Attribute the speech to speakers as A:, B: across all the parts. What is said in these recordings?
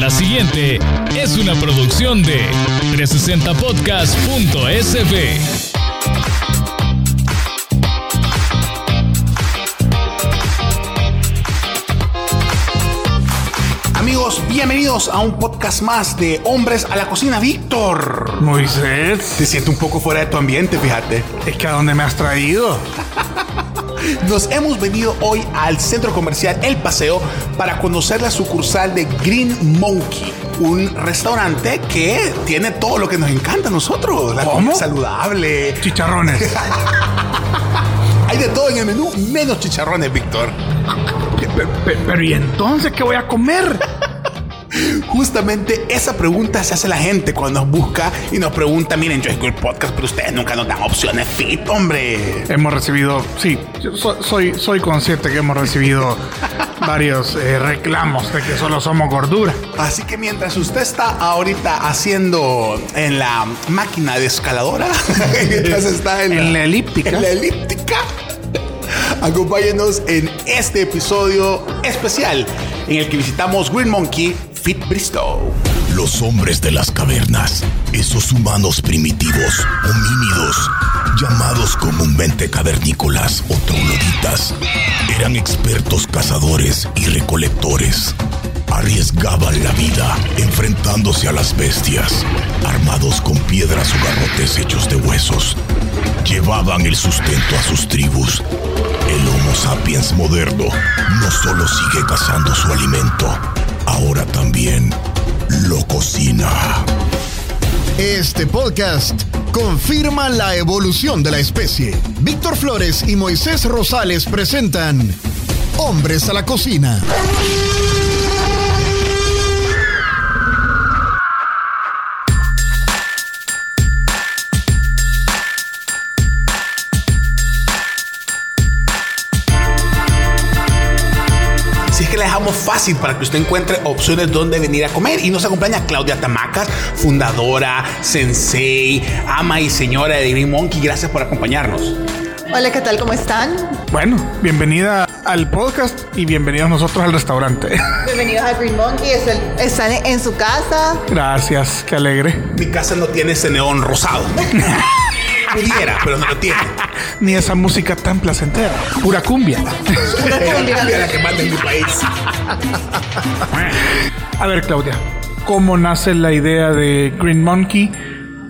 A: La siguiente es una producción de 360podcast.sb.
B: Amigos, bienvenidos a un podcast más de Hombres a la Cocina. Víctor,
C: Moisés,
B: te siento un poco fuera de tu ambiente, fíjate.
C: es que a dónde me has traído.
B: Nos hemos venido hoy al centro comercial El Paseo para conocer la sucursal de Green Monkey, un restaurante que tiene todo lo que nos encanta a nosotros. La comida
C: ¿Cómo?
B: saludable.
C: Chicharrones.
B: Hay de todo en el menú, menos chicharrones, Víctor.
C: Pe- Pero ¿y entonces qué voy a comer?
B: Justamente esa pregunta se hace la gente cuando nos busca y nos pregunta, miren, yo escucho el podcast, pero ustedes nunca nos dan opciones fit, hombre.
C: Hemos recibido, sí, yo so- soy, soy consciente que hemos recibido varios eh, reclamos de que solo somos gordura.
B: Así que mientras usted está ahorita haciendo en la máquina de escaladora, mientras está en,
C: Eh, En la elíptica.
B: en la elíptica, acompáñenos en este episodio especial en el que visitamos Green Monkey Fit Bristow.
D: Los hombres de las cavernas, esos humanos primitivos, homínidos, llamados comúnmente cavernícolas o trogloditas, eran expertos cazadores y recolectores. Arriesgaban la vida enfrentándose a las bestias, armados con piedras o garrotes hechos de huesos. Llevaban el sustento a sus tribus. El Homo sapiens moderno no solo sigue cazando su alimento, ahora también lo cocina.
E: Este podcast confirma la evolución de la especie. Víctor Flores y Moisés Rosales presentan Hombres a la Cocina.
B: Si es que la dejamos fácil para que usted encuentre opciones donde venir a comer. Y nos acompaña Claudia Tamacas, fundadora, sensei, ama y señora de Green Monkey. Gracias por acompañarnos.
F: Hola, ¿qué tal? ¿Cómo están?
C: Bueno, bienvenida al podcast y bienvenidos nosotros al restaurante.
F: Bienvenidos a Green Monkey. Es el- están en su casa.
C: Gracias, qué alegre.
B: Mi casa no tiene ese neón rosado. Pudiera, pero no lo tiene.
C: Ni esa música tan placentera. Pura cumbia.
B: Es la cumbia la que manda en mi país.
C: A ver, Claudia, ¿cómo nace la idea de Green Monkey?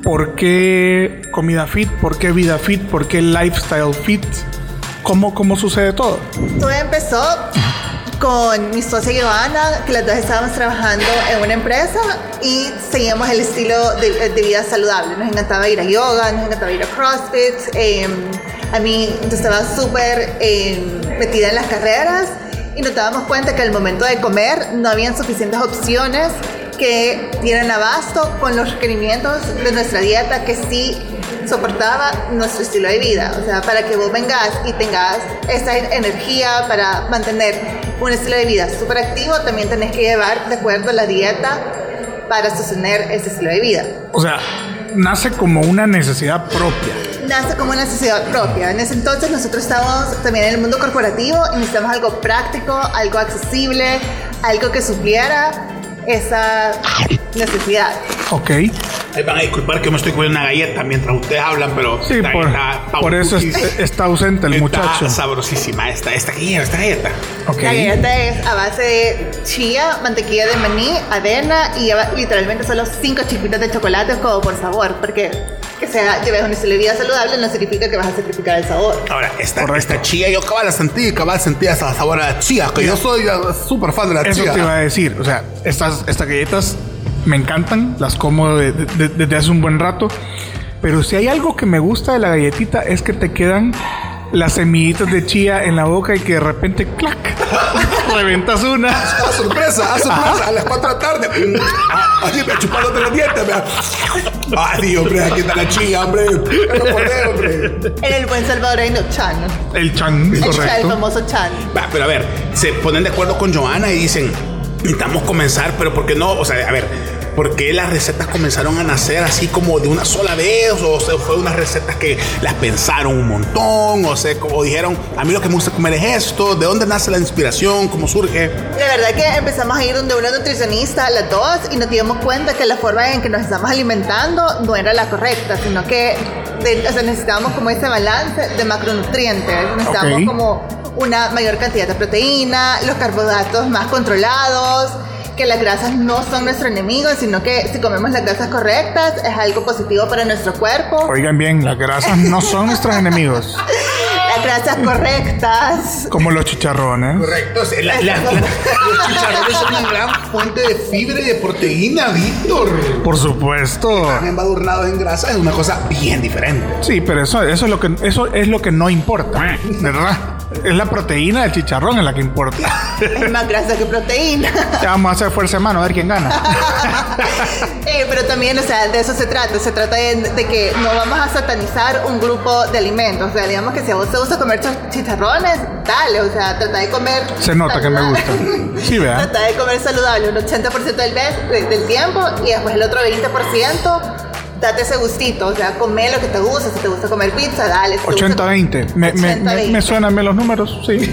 C: ¿Por qué comida fit? ¿Por qué vida fit? ¿Por qué lifestyle fit? ¿Cómo, cómo sucede todo?
F: Todo empezó con mi socia Giovanna, que las dos estábamos trabajando en una empresa y seguíamos el estilo de, de vida saludable. Nos encantaba ir a yoga, nos encantaba ir a CrossFit. eh, a mí yo estaba súper eh, metida en las carreras y nos dábamos cuenta que al momento de comer no habían suficientes opciones que dieran abasto con los requerimientos de nuestra dieta que sí soportaba nuestro estilo de vida. O sea, para que vos vengas y tengas esa en- energía para mantener un estilo de vida súper activo, también tenés que llevar de acuerdo a la dieta para sostener ese estilo de vida.
C: O sea, nace como una necesidad propia.
F: Nace como una sociedad propia. En ese entonces nosotros estábamos también en el mundo corporativo y necesitamos algo práctico, algo accesible, algo que supliera esa necesidad.
C: ¿Ok?
B: Ahí van a disculpar que me estoy comiendo una galleta mientras ustedes hablan, pero
C: Sí,
B: esta
C: por,
B: galleta,
C: por eso es-
B: pavucutis,
C: está ausente el muchacho.
B: Está sabrosísima esta, esta galleta, esta galleta.
C: Ok.
F: La galleta es a base de chía, mantequilla de maní, avena y lleva literalmente solo cinco chispitas de chocolate como por sabor, porque que sea lleves un estilo de vida saludable no significa que vas a sacrificar el sabor.
B: Ahora, esta,
C: Correcto.
B: esta chía, yo cabal la sentí, cabal sentí hasta sabor a la chía, que yo soy uh, súper fan de la
C: Eso
B: chía.
C: te iba a decir. O sea, estas, estas galletas me encantan, las como de- de- de- desde hace un buen rato. Pero si hay algo que me gusta de la galletita es que te quedan las semillitas de chía en la boca y que de repente, clac, reventas una.
B: ¡Ah, sorpresa! ¡Ah, sorpresa! A las 4 de la tarde. Ah, Así me chupándote las dientes. Me... Ah, sí, hombre, aquí está la chía, hombre. Ya lo pone, hombre.
F: En el buen salvadoreño chan,
C: El chan,
F: el, chan, el
C: correcto.
F: famoso chan.
B: Va, pero a ver, se ponen de acuerdo con Joana y dicen, necesitamos comenzar, pero ¿por qué no? O sea, a ver, por qué las recetas comenzaron a nacer así como de una sola vez, o sea, fue unas recetas que las pensaron un montón, o sea, como dijeron, a mí lo que me gusta comer es esto, de dónde nace la inspiración, cómo surge.
F: La verdad que empezamos a ir donde una nutricionista, las dos, y nos dimos cuenta que la forma en que nos estamos alimentando no era la correcta, sino que de- o sea, necesitábamos como ese balance de macronutrientes, necesitábamos
C: Ok.
F: como una mayor cantidad de proteína, los carbohidratos más controlados, que las grasas no son nuestro enemigo, sino que si comemos las grasas correctas es algo positivo para nuestro cuerpo.
C: Oigan bien, las grasas no son nuestros enemigos,
F: Las grasas correctas.
C: como los chicharrones.
B: Correcto, o sea, la- la- la- los chicharrones son una gran fuente de fibra y de proteína, Víctor.
C: Por supuesto.
B: También embadurnados en grasa es una cosa bien diferente.
C: Sí, pero eso, eso es lo que eso es lo que no importa, ¿verdad? Es la proteína del chicharrón en la que importa.
F: Es más grasa que proteína.
C: Ya vamos a hacer fuerza de mano a ver quién gana.
F: Eh, pero también, o sea, de eso se trata. Se trata de, de que no vamos a satanizar un grupo de alimentos. O sea, digamos que si a vos te gusta comer chi- chicharrones, dale. O sea, trata de comer.
C: Se nota que me
F: saludable.
C: gusta. Sí, ¿verdad?
F: Trata de comer saludable un 80% del, vez- de- del tiempo y después el otro 20%. Date ese gustito, o sea, come lo que te gusta. Si te gusta comer pizza, dale. Si te gusta-
C: 80-20. Me, me, me,
F: 80-20.
C: me suenan bien los números, sí.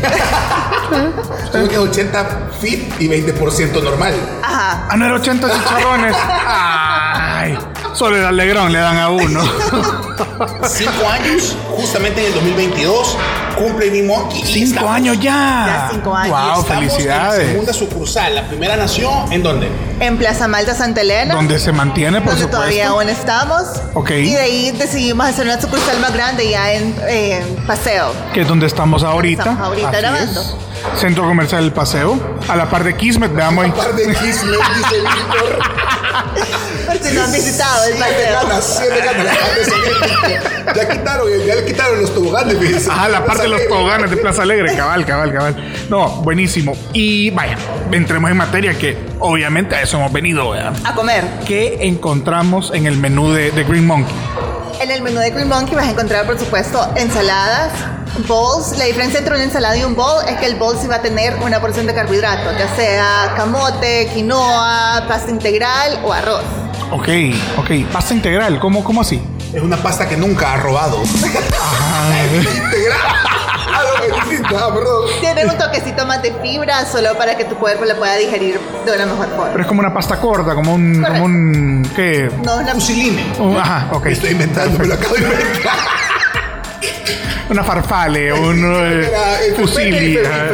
B: Creo que 80 fit y 20% normal.
F: Ajá.
C: Ah, no era 80 chicharrones. Ay, solo el alegrón le dan a uno.
B: Cinco años, justamente en el 2022, cumple mi monkey. y
C: Cinco
B: estamos-
C: años ya.
F: Ya cinco años.
C: Wow,
B: estamos En la
C: felicidades.
B: segunda sucursal, la primera nació, ¿en dónde?
F: En Plaza Malta Santa Elena.
C: Donde se mantiene, por
F: donde
C: supuesto.
F: todavía aún estamos.
C: Ok.
F: Y de ahí decidimos hacer una sucursal más grande ya en, en Paseo.
C: que es donde estamos ahorita.
F: Estamos ahorita
C: Así
F: grabando.
C: es. Centro Comercial del Paseo, a la par de Kismet, veamos ahí.
B: par de Kismet, dice Víctor.
F: Por si no han visitado el Paseo.
B: siete ganas, la parte de salir, Víctor. Ya quitaron, ya le quitaron los toboganes, fíjense.
C: Ah, la parte de los
B: Salir.
C: toboganes de Plaza Alegre, cabal, cabal, cabal. No, buenísimo. Y vaya, entremos en materia que obviamente a eso hemos venido, ¿verdad?
F: A comer.
C: ¿Qué encontramos en el menú de, de Green Monkey?
F: En el menú de Green Monkey vas a encontrar, por supuesto, ensaladas, bowls. La diferencia entre una ensalada y un bowl es que el bowl sí va a tener una porción de carbohidratos, ya sea camote, quinoa, pasta integral o arroz.
C: Ok, ok, pasta integral, ¿cómo, cómo así?
B: Es una pasta que nunca ha robado. Integral. Ah, no, me dijiste, ah, perdón.
F: Tiene un toquecito más de fibra solo para que tu cuerpo la pueda digerir de una mejor
C: Pero
F: forma.
C: es como una pasta corta, como un, como un, ¿qué?
F: No es una
B: Fusilime.
C: Un- ajá, ok.
B: Me estoy inventando, me lo acabo de inventar.
C: Una farfale, un eh,
B: Era, eh,
C: fusilli.
B: fettuccine,
C: ajá.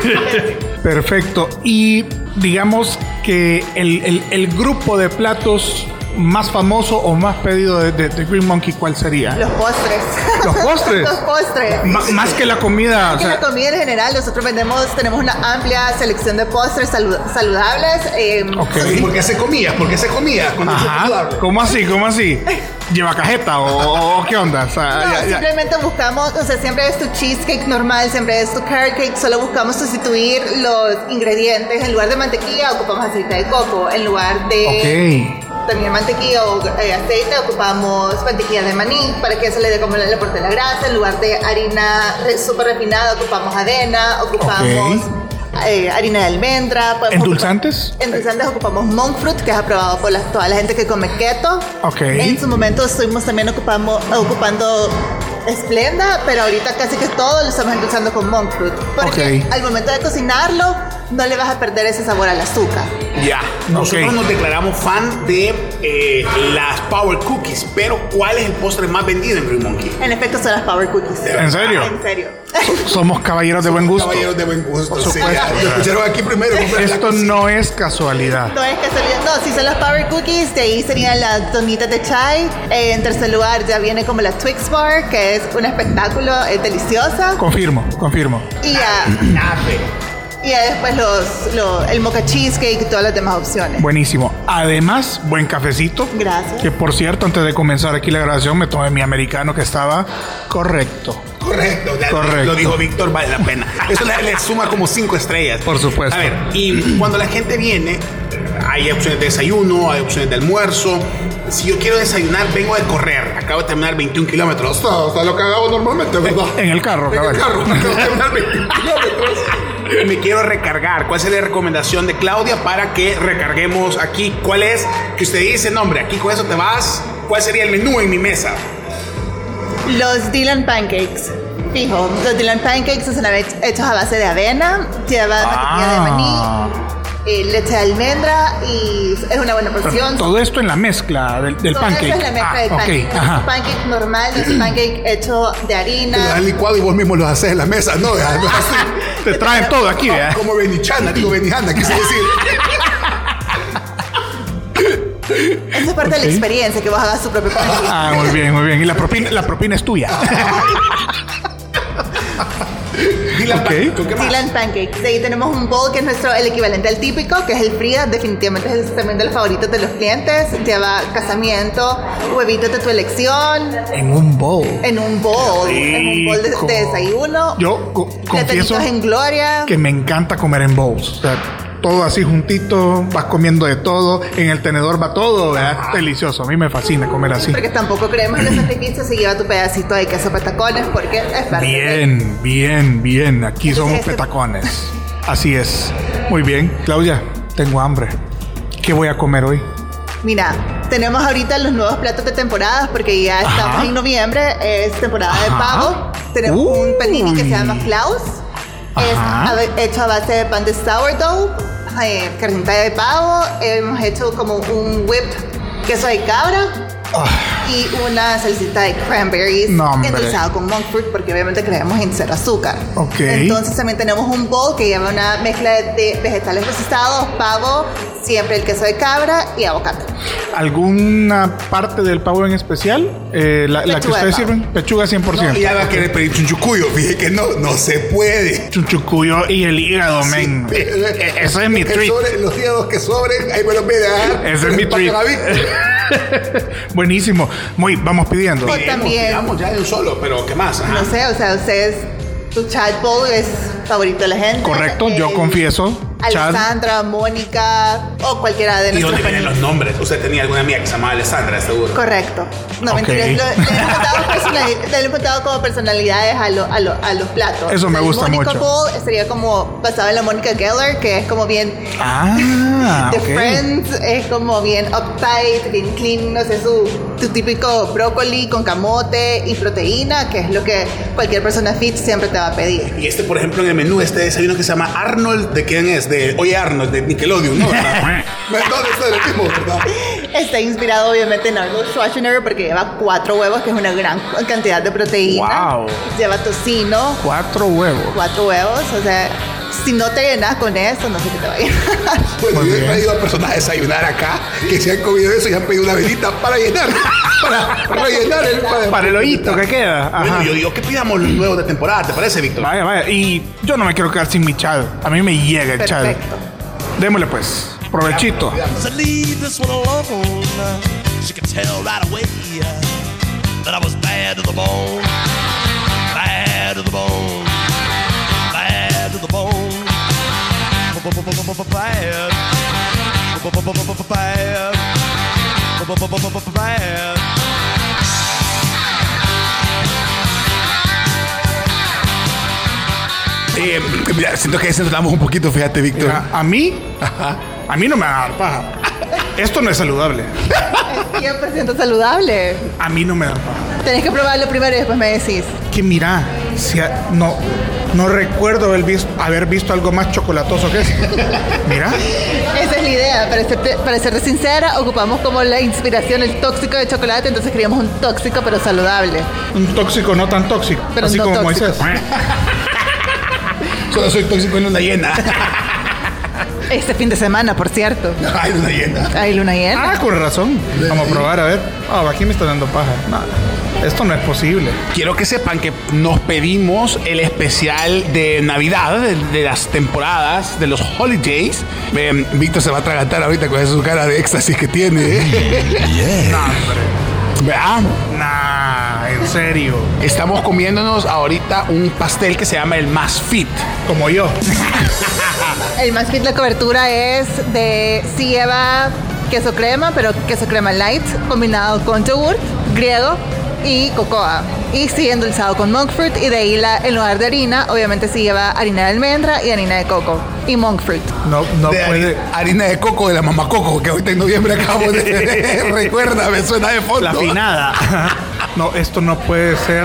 B: fettuccine.
C: Perfecto. Y digamos que el, el- el grupo de platos más famoso o más pedido de, de- de Green Monkey, ¿cuál sería?
F: Los postres.
C: ¿Los postres?
F: Los postres.
C: Ma- más que la comida. o
F: Que
C: sea,
F: la comida en general, nosotros vendemos, tenemos una amplia selección de postres salu- saludables. eh,
C: ok.
B: ¿Y por qué se comía? ¿Por qué se comía? Cuando se
C: Ajá.
B: saludable.
C: ¿Cómo así? ¿Cómo así? ¿Lleva cajeta o, o qué onda? O sea,
F: no,
C: Ah, ya- ya-
F: simplemente buscamos, o sea, siempre es tu cheesecake normal, siempre es tu carrot cake, solo buscamos sustituir los ingredientes. En lugar de mantequilla ocupamos aceite de coco, en lugar de
C: Ok.
F: también mantequilla o eh, aceite ocupamos mantequilla de maní para que eso le dé como le aporte la grasa, en lugar de harina re- súper refinada ocupamos avena, ocupamos eh, harina de almendra. podemos
C: ¿Endulzantes?
F: ocupar- endulzantes ocupamos monk fruit que es aprobado por las- toda la gente que come keto.
C: Ok.
F: En su momento estuvimos también ocupamos, ocupando esplenda, pero ahorita casi que todo lo estamos endulzando con monk fruit. Porque
C: Ok.
F: al momento de cocinarlo no le vas a perder ese sabor al azúcar.
B: Ya. Nosotros
C: Ok.
B: nos declaramos fan de eh, las Power Cookies, pero ¿cuál es el postre más vendido en Green Monkey?
F: En efecto son las power cookies.
C: ¿En serio?
F: En serio.
C: Somos caballeros de buen gusto.
B: Caballeros de buen gusto. sí,
C: supuesto.
B: ya, lo escucharon aquí primero. compren la
C: Esto
B: cocina.
C: no es casualidad.
F: No es casualidad, no, si son las Power Cookies, de ahí serían las donitas de chai. Eh, en tercer lugar ya viene como la Twix Bar, que es un espectáculo, es deliciosa.
C: Confirmo, confirmo.
F: Y ya,
B: Ah, pero-
F: y ya después los, lo- el mocha cheesecake y todas las demás opciones.
C: Buenísimo. Además, buen cafecito.
F: Gracias.
C: Que por cierto, antes de comenzar aquí la grabación, me tomé mi americano que estaba correcto.
B: Correcto, ya,
C: Correcto.
B: Lo dijo Víctor, vale la pena. Eso le, le suma como cinco estrellas.
C: Por supuesto.
B: A ver, y cuando la gente viene, hay opciones de desayuno, hay opciones de almuerzo. Si yo quiero desayunar, vengo de correr. Acabo de terminar 21 kilómetros. Esto es lo que hago normalmente, ¿verdad?
C: En el carro,
B: En el
C: cabal.
B: carro. Acabo de terminar 21 kilómetros. y me quiero recargar. ¿Cuál sería la recomendación de Claudia para que recarguemos aquí? ¿Cuál es que usted dice, no, hombre, aquí con eso te vas? ¿Cuál sería el menú en mi mesa?
F: Los Dylan Pancakes. Fijo, los Dylan Pancakes están hechos a base de avena, lleva mantequilla de
C: Ah.
F: maní, eh, leche de almendra y es una buena porción.
C: Todo esto en la mezcla del, del
F: Todo eso
C: pancake.
F: es la mezcla
C: Ah,
F: del
C: ok,
F: pancake. No es un
C: ajá.
F: pancake normal, es un pancake hecho de
B: Te lo
F: harina.
B: dan licuado y vos mismo lo haces en la mesa, ¿no? Así,
C: Te traen todo aquí, ¿verdad?
B: como Benichana, digo Benihana, quise decir.
F: Esa es parte de
C: Ok.
F: la experiencia, que vos hagas tu propio pancake.
C: Ah, muy bien, muy bien. Y la propina, la propina es tuya.
B: Dylan,
C: Ok.
B: Pan- ¿con qué más?
F: Dylan Pancakes. De ahí tenemos un bowl que es nuestro, el equivalente al típico, que es el Frida. Definitivamente es también de los favoritos de los clientes. Lleva casamiento, huevitos de tu elección,
C: en un bowl.
F: en un bowl. En un bowl de,
C: Rico.
F: de desayuno.
C: Yo co- confieso
F: Platanitos en gloria.
C: que me encanta comer en bowls. O sea, todo así juntito, vas comiendo de todo, en el tenedor va todo, ¿verdad? Delicioso. A mí me fascina comer así.
F: Porque tampoco creemos en el sacrificio si lleva tu pedacito de queso patacones, porque es parte de-
C: Bien, bien, bien. Aquí somos
F: ese-
C: petacones. Así es. Muy bien. Claudia, tengo hambre. ¿Qué voy a comer hoy?
F: Mira, tenemos ahorita los nuevos platos de temporadas porque ya estamos
C: Ajá.
F: en noviembre, es temporada de
C: Ajá.
F: pavo. Tenemos
C: Uy.
F: un panini que se llama Klaus. Es
C: Ajá.
F: a- hecho a base de pan de sourdough, eh, carnita de pavo. Hemos hecho como un whipped queso de cabra y una salsita de cranberries
C: Ah. No, hombre.
F: endulzado con monk fruit porque obviamente creemos en cero azúcar.
C: Ok.
F: Entonces también tenemos un bowl que lleva una mezcla de, de vegetales procesados, pavo, siempre el queso de cabra y aguacate.
C: ¿Alguna parte del pavo en especial? Eh, la, la que
F: Pechuga de
C: ustedes
F: pavo.
C: sirven. Pechuga 100%.
B: Y ya va a querer pedir chunchucuyo. Dije que no, no se puede.
C: Chuchucuyo y el hígado, men.
B: Sí.
C: E- Ese es mi
B: Que
C: trip.
B: sobre- los días que sobren, ahí me los voy a dar.
C: Ese es mi
B: Para
C: trip.
B: David.
C: Buenísimo. Muy, vamos pidiendo.
F: Pues también.
B: Vamos ya de un solo, pero ¿qué más? Ajá.
F: No sé, o sea, ustedes, tu chat bowl es favorito de la gente.
C: Correcto, yo
F: Eh,
C: confieso. Chad.
F: Alessandra, Mónica o cualquiera de
B: ¿Y
F: nuestros
B: dónde vienen los nombres? Usted tenía alguna amiga que se llamaba Alessandra, seguro.
F: Correcto. No
C: Ok.
F: mentiras, lo- le hemos botado personali- le hemos botado como personalidades a, lo- a, lo- a los platos.
C: Eso me
F: El
C: gusta
F: Mónica
C: mucho.
F: Bowl sería como basado en la Mónica Geller, que es como bien
C: Ah,
F: The
C: ok.
F: Friends, es como bien uptight, bien clean, no sé, su, tu típico brócoli con camote y proteína, que es lo que cualquier persona fit siempre te va a pedir.
B: Y este, por ejemplo, en el menú, este desayuno que se llama Arnold, ¿de quién es? De Oye Arnold, de Nickelodeon, ¿no? ¿Verdad? no, no, es el mismo, ¿verdad?
F: Está inspirado obviamente en Arnold Schwarzenegger porque lleva cuatro huevos, que es una gran cantidad de proteína.
C: Wow.
F: Lleva tocino,
C: Cuatro huevos.
F: cuatro huevos, o sea, si no te llenas con eso, no sé qué te va a llenar.
B: Bueno,
C: Muy
B: yo he
C: bien.
B: traído a personas a desayunar acá que se han comido eso y han pedido una velita para llenar, para rellenar el
C: Para el hoyito que queda.
B: Bueno,
C: Ajá.
B: yo digo que pidamos los nuevos de temporada, ¿te parece, Víctor?
C: Vaya, vaya. Y yo no me quiero quedar sin mi chad. A mí me llega el chad.
F: Perfecto.
C: Démosle pues. Provechito.
G: So leave this one alone. She could tell right away that I was bad to the bone. Bad to the bone. Bad to the bone. Bad. Bad. Bad.
B: Eh, mira, siento que descentramos un poquito, fíjate, Víctor.
C: Mira, A mí, a mí no me va a dar paja. Esto no es saludable.
F: 100% saludable.
C: A mí no me da paja.
F: Tenés que probarlo primero y después me decís.
C: que mira, si a- no, no recuerdo haber visto, haber visto algo más chocolatoso que ese. Mira,
F: Esa es la idea, para ser, para serte sincera, ocupamos como la inspiración el tóxico de chocolate, entonces queríamos un tóxico pero saludable.
C: un tóxico no tan tóxico,
F: Pero
C: así
F: no
C: como
F: tóxico.
C: Moisés.
B: Solo soy tóxico en una llena.
F: Este fin de semana, por cierto.
B: Ay, una llena.
F: Hay luna llena.
C: Ah, con razón. Vamos a probar, a ver. Ah, aquí me está dando paja. No, esto no es posible.
B: Quiero que sepan que nos pedimos el especial de Navidad, de, de las temporadas, de los holidays. Ven, Víctor se va a atragantar ahorita con esa su cara de éxtasis que tiene.
C: Mm,
B: ¿Verdad?
C: Nah, en serio.
B: Estamos comiéndonos ahorita un pastel que se llama el Más Fit.
C: Como yo.
F: El más fit la cobertura es de si lleva queso crema, pero queso crema light combinado con yogur griego y cocoa. Y sigue endulzado con monk fruit y de ahí la, en lugar de harina, obviamente sí lleva harina de almendra y harina de coco. Y monk fruit.
C: No, no
B: de
C: puede.
B: hari- harina de coco de la mamá coco que ahorita en noviembre acabo de recuerda me suena de fondo
H: La finada.
C: No, esto no puede ser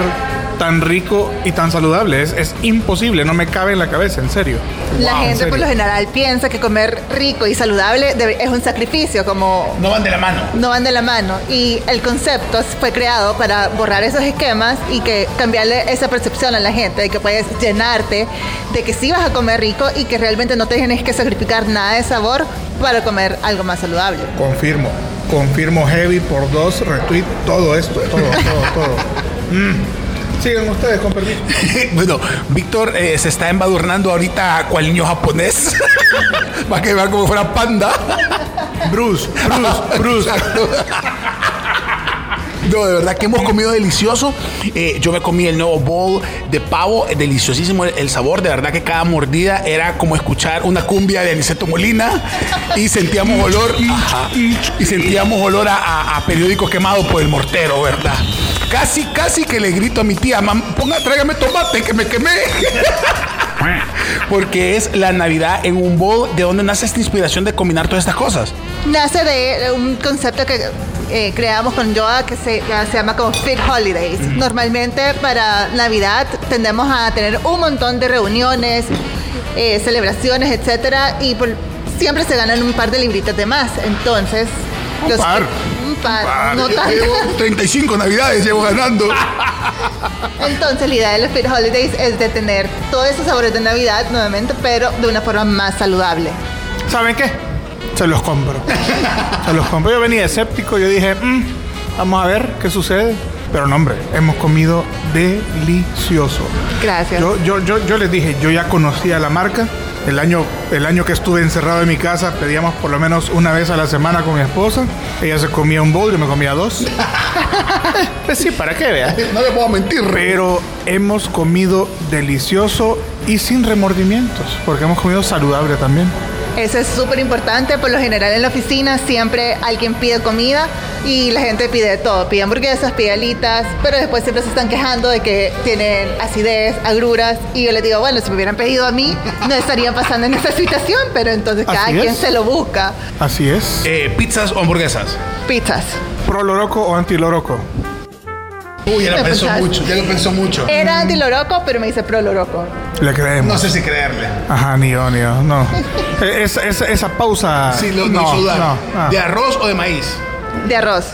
C: tan rico y tan saludable. Es, es imposible, no me cabe en la cabeza, en serio.
F: la
C: Wow, en
F: gente pues, por
C: serio.
F: lo general piensa que comer rico y saludable debe- es un sacrificio, como
B: no van de la mano
F: no van de la mano. Y el concepto fue creado para borrar esos esquemas y que cambiarle esa percepción a la gente de que puedes llenarte, de que sí vas a comer rico y que realmente no tienes que sacrificar nada de sabor para comer algo más saludable.
C: Confirmo. Confirmo heavy por dos, retweet, todo esto, todo, todo, todo. Mm. Sigan ustedes, con permiso.
B: bueno Víctor eh, se está embadurnando ahorita cual niño japonés va que va como fuera panda
C: Bruce, Bruce, Bruce.
B: No, de verdad que hemos comido delicioso. Eh, yo me comí el nuevo bowl de pavo, eh, deliciosísimo el, el sabor. De verdad que cada mordida era como escuchar una cumbia de Aniceto Molina y sentíamos olor, ajá, y sentíamos olor a, a- a periódico quemado por el mortero, ¿verdad? Casi, casi que le grito a mi tía, "Mam, ponga, tráigame tomate que me quemé. Porque es la Navidad en un bowl. ¿De dónde nace esta inspiración de combinar todas estas cosas?
F: Nace de un concepto que eh, creamos con Joa que se, que se llama como Fit Holidays. Normalmente para Navidad tendemos a tener un montón de reuniones, eh, celebraciones, etcétera, y por- siempre se ganan un par de libritas de más. Entonces, los-
B: par.
F: un par, no
B: Yo
F: tanto.
B: llevo 35 Navidades, llevo ganando.
F: Entonces, la idea de los Fit Holidays es de tener todos esos sabores de Navidad nuevamente, pero de una forma más saludable.
C: ¿Saben qué? Se los compro. Se los compro. Yo venía escéptico, yo dije, "Mm, vamos a ver qué sucede. Pero no, hombre, hemos comido delicioso.
F: Gracias.
C: Yo, yo, yo, yo les dije, yo ya conocía la marca. El año, el año que estuve encerrado en mi casa, pedíamos por lo menos una vez a la semana con mi esposa. Ella se comía un bowl, yo me comía dos. pues sí, para qué vea.
B: No le puedo mentir, rey.
C: Pero hemos comido delicioso y sin remordimientos, porque hemos comido saludable también.
F: Eso es súper importante. Por lo general en la oficina siempre alguien pide comida y la gente pide todo. Pide hamburguesas, pide alitas, pero después siempre se están quejando de que tienen acidez, agruras. Y yo les digo, bueno, si me hubieran pedido a mí, no estarían pasando en esta situación. Pero entonces cada
C: Así
F: quien
C: es.
F: se lo busca.
C: Así es.
B: Eh, pizzas o hamburguesas.
F: Pizzas.
C: ¿Pro loroco o anti loroco?
B: Uy, ya lo Eh.
F: Pues,
B: pensó
F: ¿sabes?
B: mucho, ya lo pensó mucho.
F: Era
C: Mm.
F: antiloroco, pero me dice pro loroco.
C: Le creemos.
B: No sé si creerle.
C: Ajá, ni yo, ni yo, no. Eh, esa, esa- esa pausa.
B: Si lo
C: no,
B: no, dudar.
C: no, ah.
B: ¿De arroz o de maíz?
F: De arroz.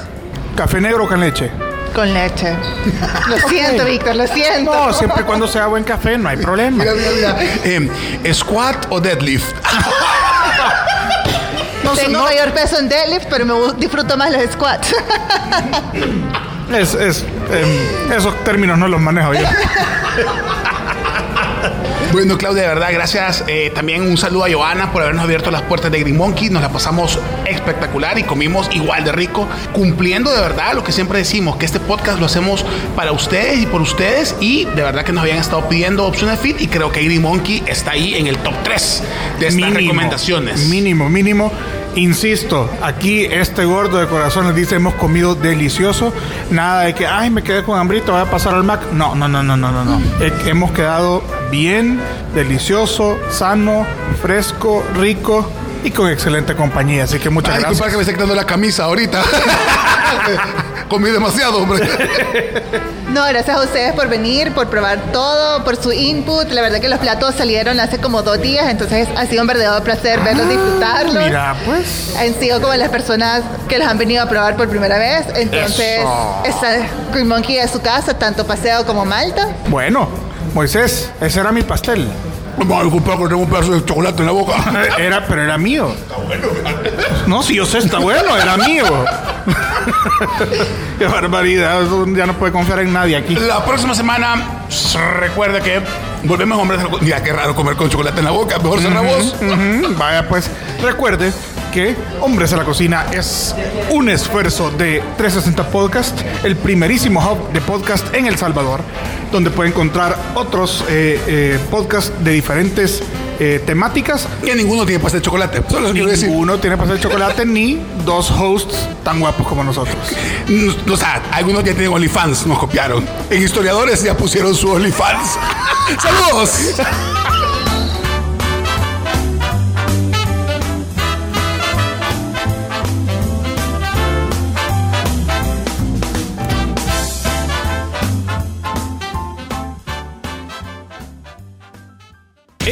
C: ¿Café negro o con leche?
F: Con leche. Lo siento, Víctor, lo siento.
C: No, siempre y cuando sea buen café, no hay problema.
B: Mira, mira, mira. Em, ¿Squat o deadlift?
C: No, sé,
F: Tengo
C: no,
F: mayor peso en deadlift, pero me gu- disfruto más los squats.
C: es, es, em, esos términos no los manejo yo.
B: Bueno, Claudia, de verdad, gracias. Eh, también un saludo a Giovanna por habernos abierto las puertas de Green Monkey. Nos la pasamos espectacular y comimos igual de rico, cumpliendo de verdad lo que siempre decimos, que este podcast lo hacemos para ustedes y por ustedes. Y de verdad que nos habían estado pidiendo opciones fit y creo que Green Monkey está ahí en el top 3 de estas recomendaciones.
C: Mínimo, mínimo. Insisto, aquí este gordo de corazón les dice hemos comido delicioso. Nada de que, ay, me quedé con hambrito, voy a pasar al Mac. No, no, no, no, no, no. no. Eh, hemos quedado bien, delicioso, sano, fresco, rico y con excelente compañía. Así que muchas
B: Ay, disculpa
C: gracias.
B: que me esté quitando la camisa ahorita. Comí demasiado, hombre.
F: No, gracias a ustedes por venir, por probar todo, por su input. La verdad que los platos salieron hace como dos días, entonces ha sido un verdadero placer verlos, disfrutarlos.
C: Mira, pues.
F: Han sido como las personas que los han venido a probar por primera vez. Entonces, está Green Monkey es su casa, tanto Paseo como Malta.
C: Bueno, Moisés, ese era mi pastel. Eh,
B: No, disculpa que tengo un pedazo de chocolate en la boca.
C: Era, pero era mío. No, si yo sé, está bueno, era mío. Qué barbaridad, eso ya no puede confiar en nadie aquí.
B: La próxima semana, s- recuerda que volvemos hombres. al- Mira, qué raro comer con chocolate en la boca. Mejor cerramos.
C: Ujú, Vaya, pues recuerde que Hombres a la Cocina es un esfuerzo de 360 Podcast, el primerísimo hub de podcast en El Salvador, donde puede encontrar otros eh, eh, podcasts de diferentes eh, temáticas.
D: Que ninguno tiene pastel de chocolate. Solo eso quiero decir.
C: Ninguno tiene pastel de chocolate ni dos hosts tan guapos como nosotros.
D: No, O sea, algunos ya tienen OnlyFans, nos copiaron. En historiadores ya pusieron su OnlyFans. ¡Saludos!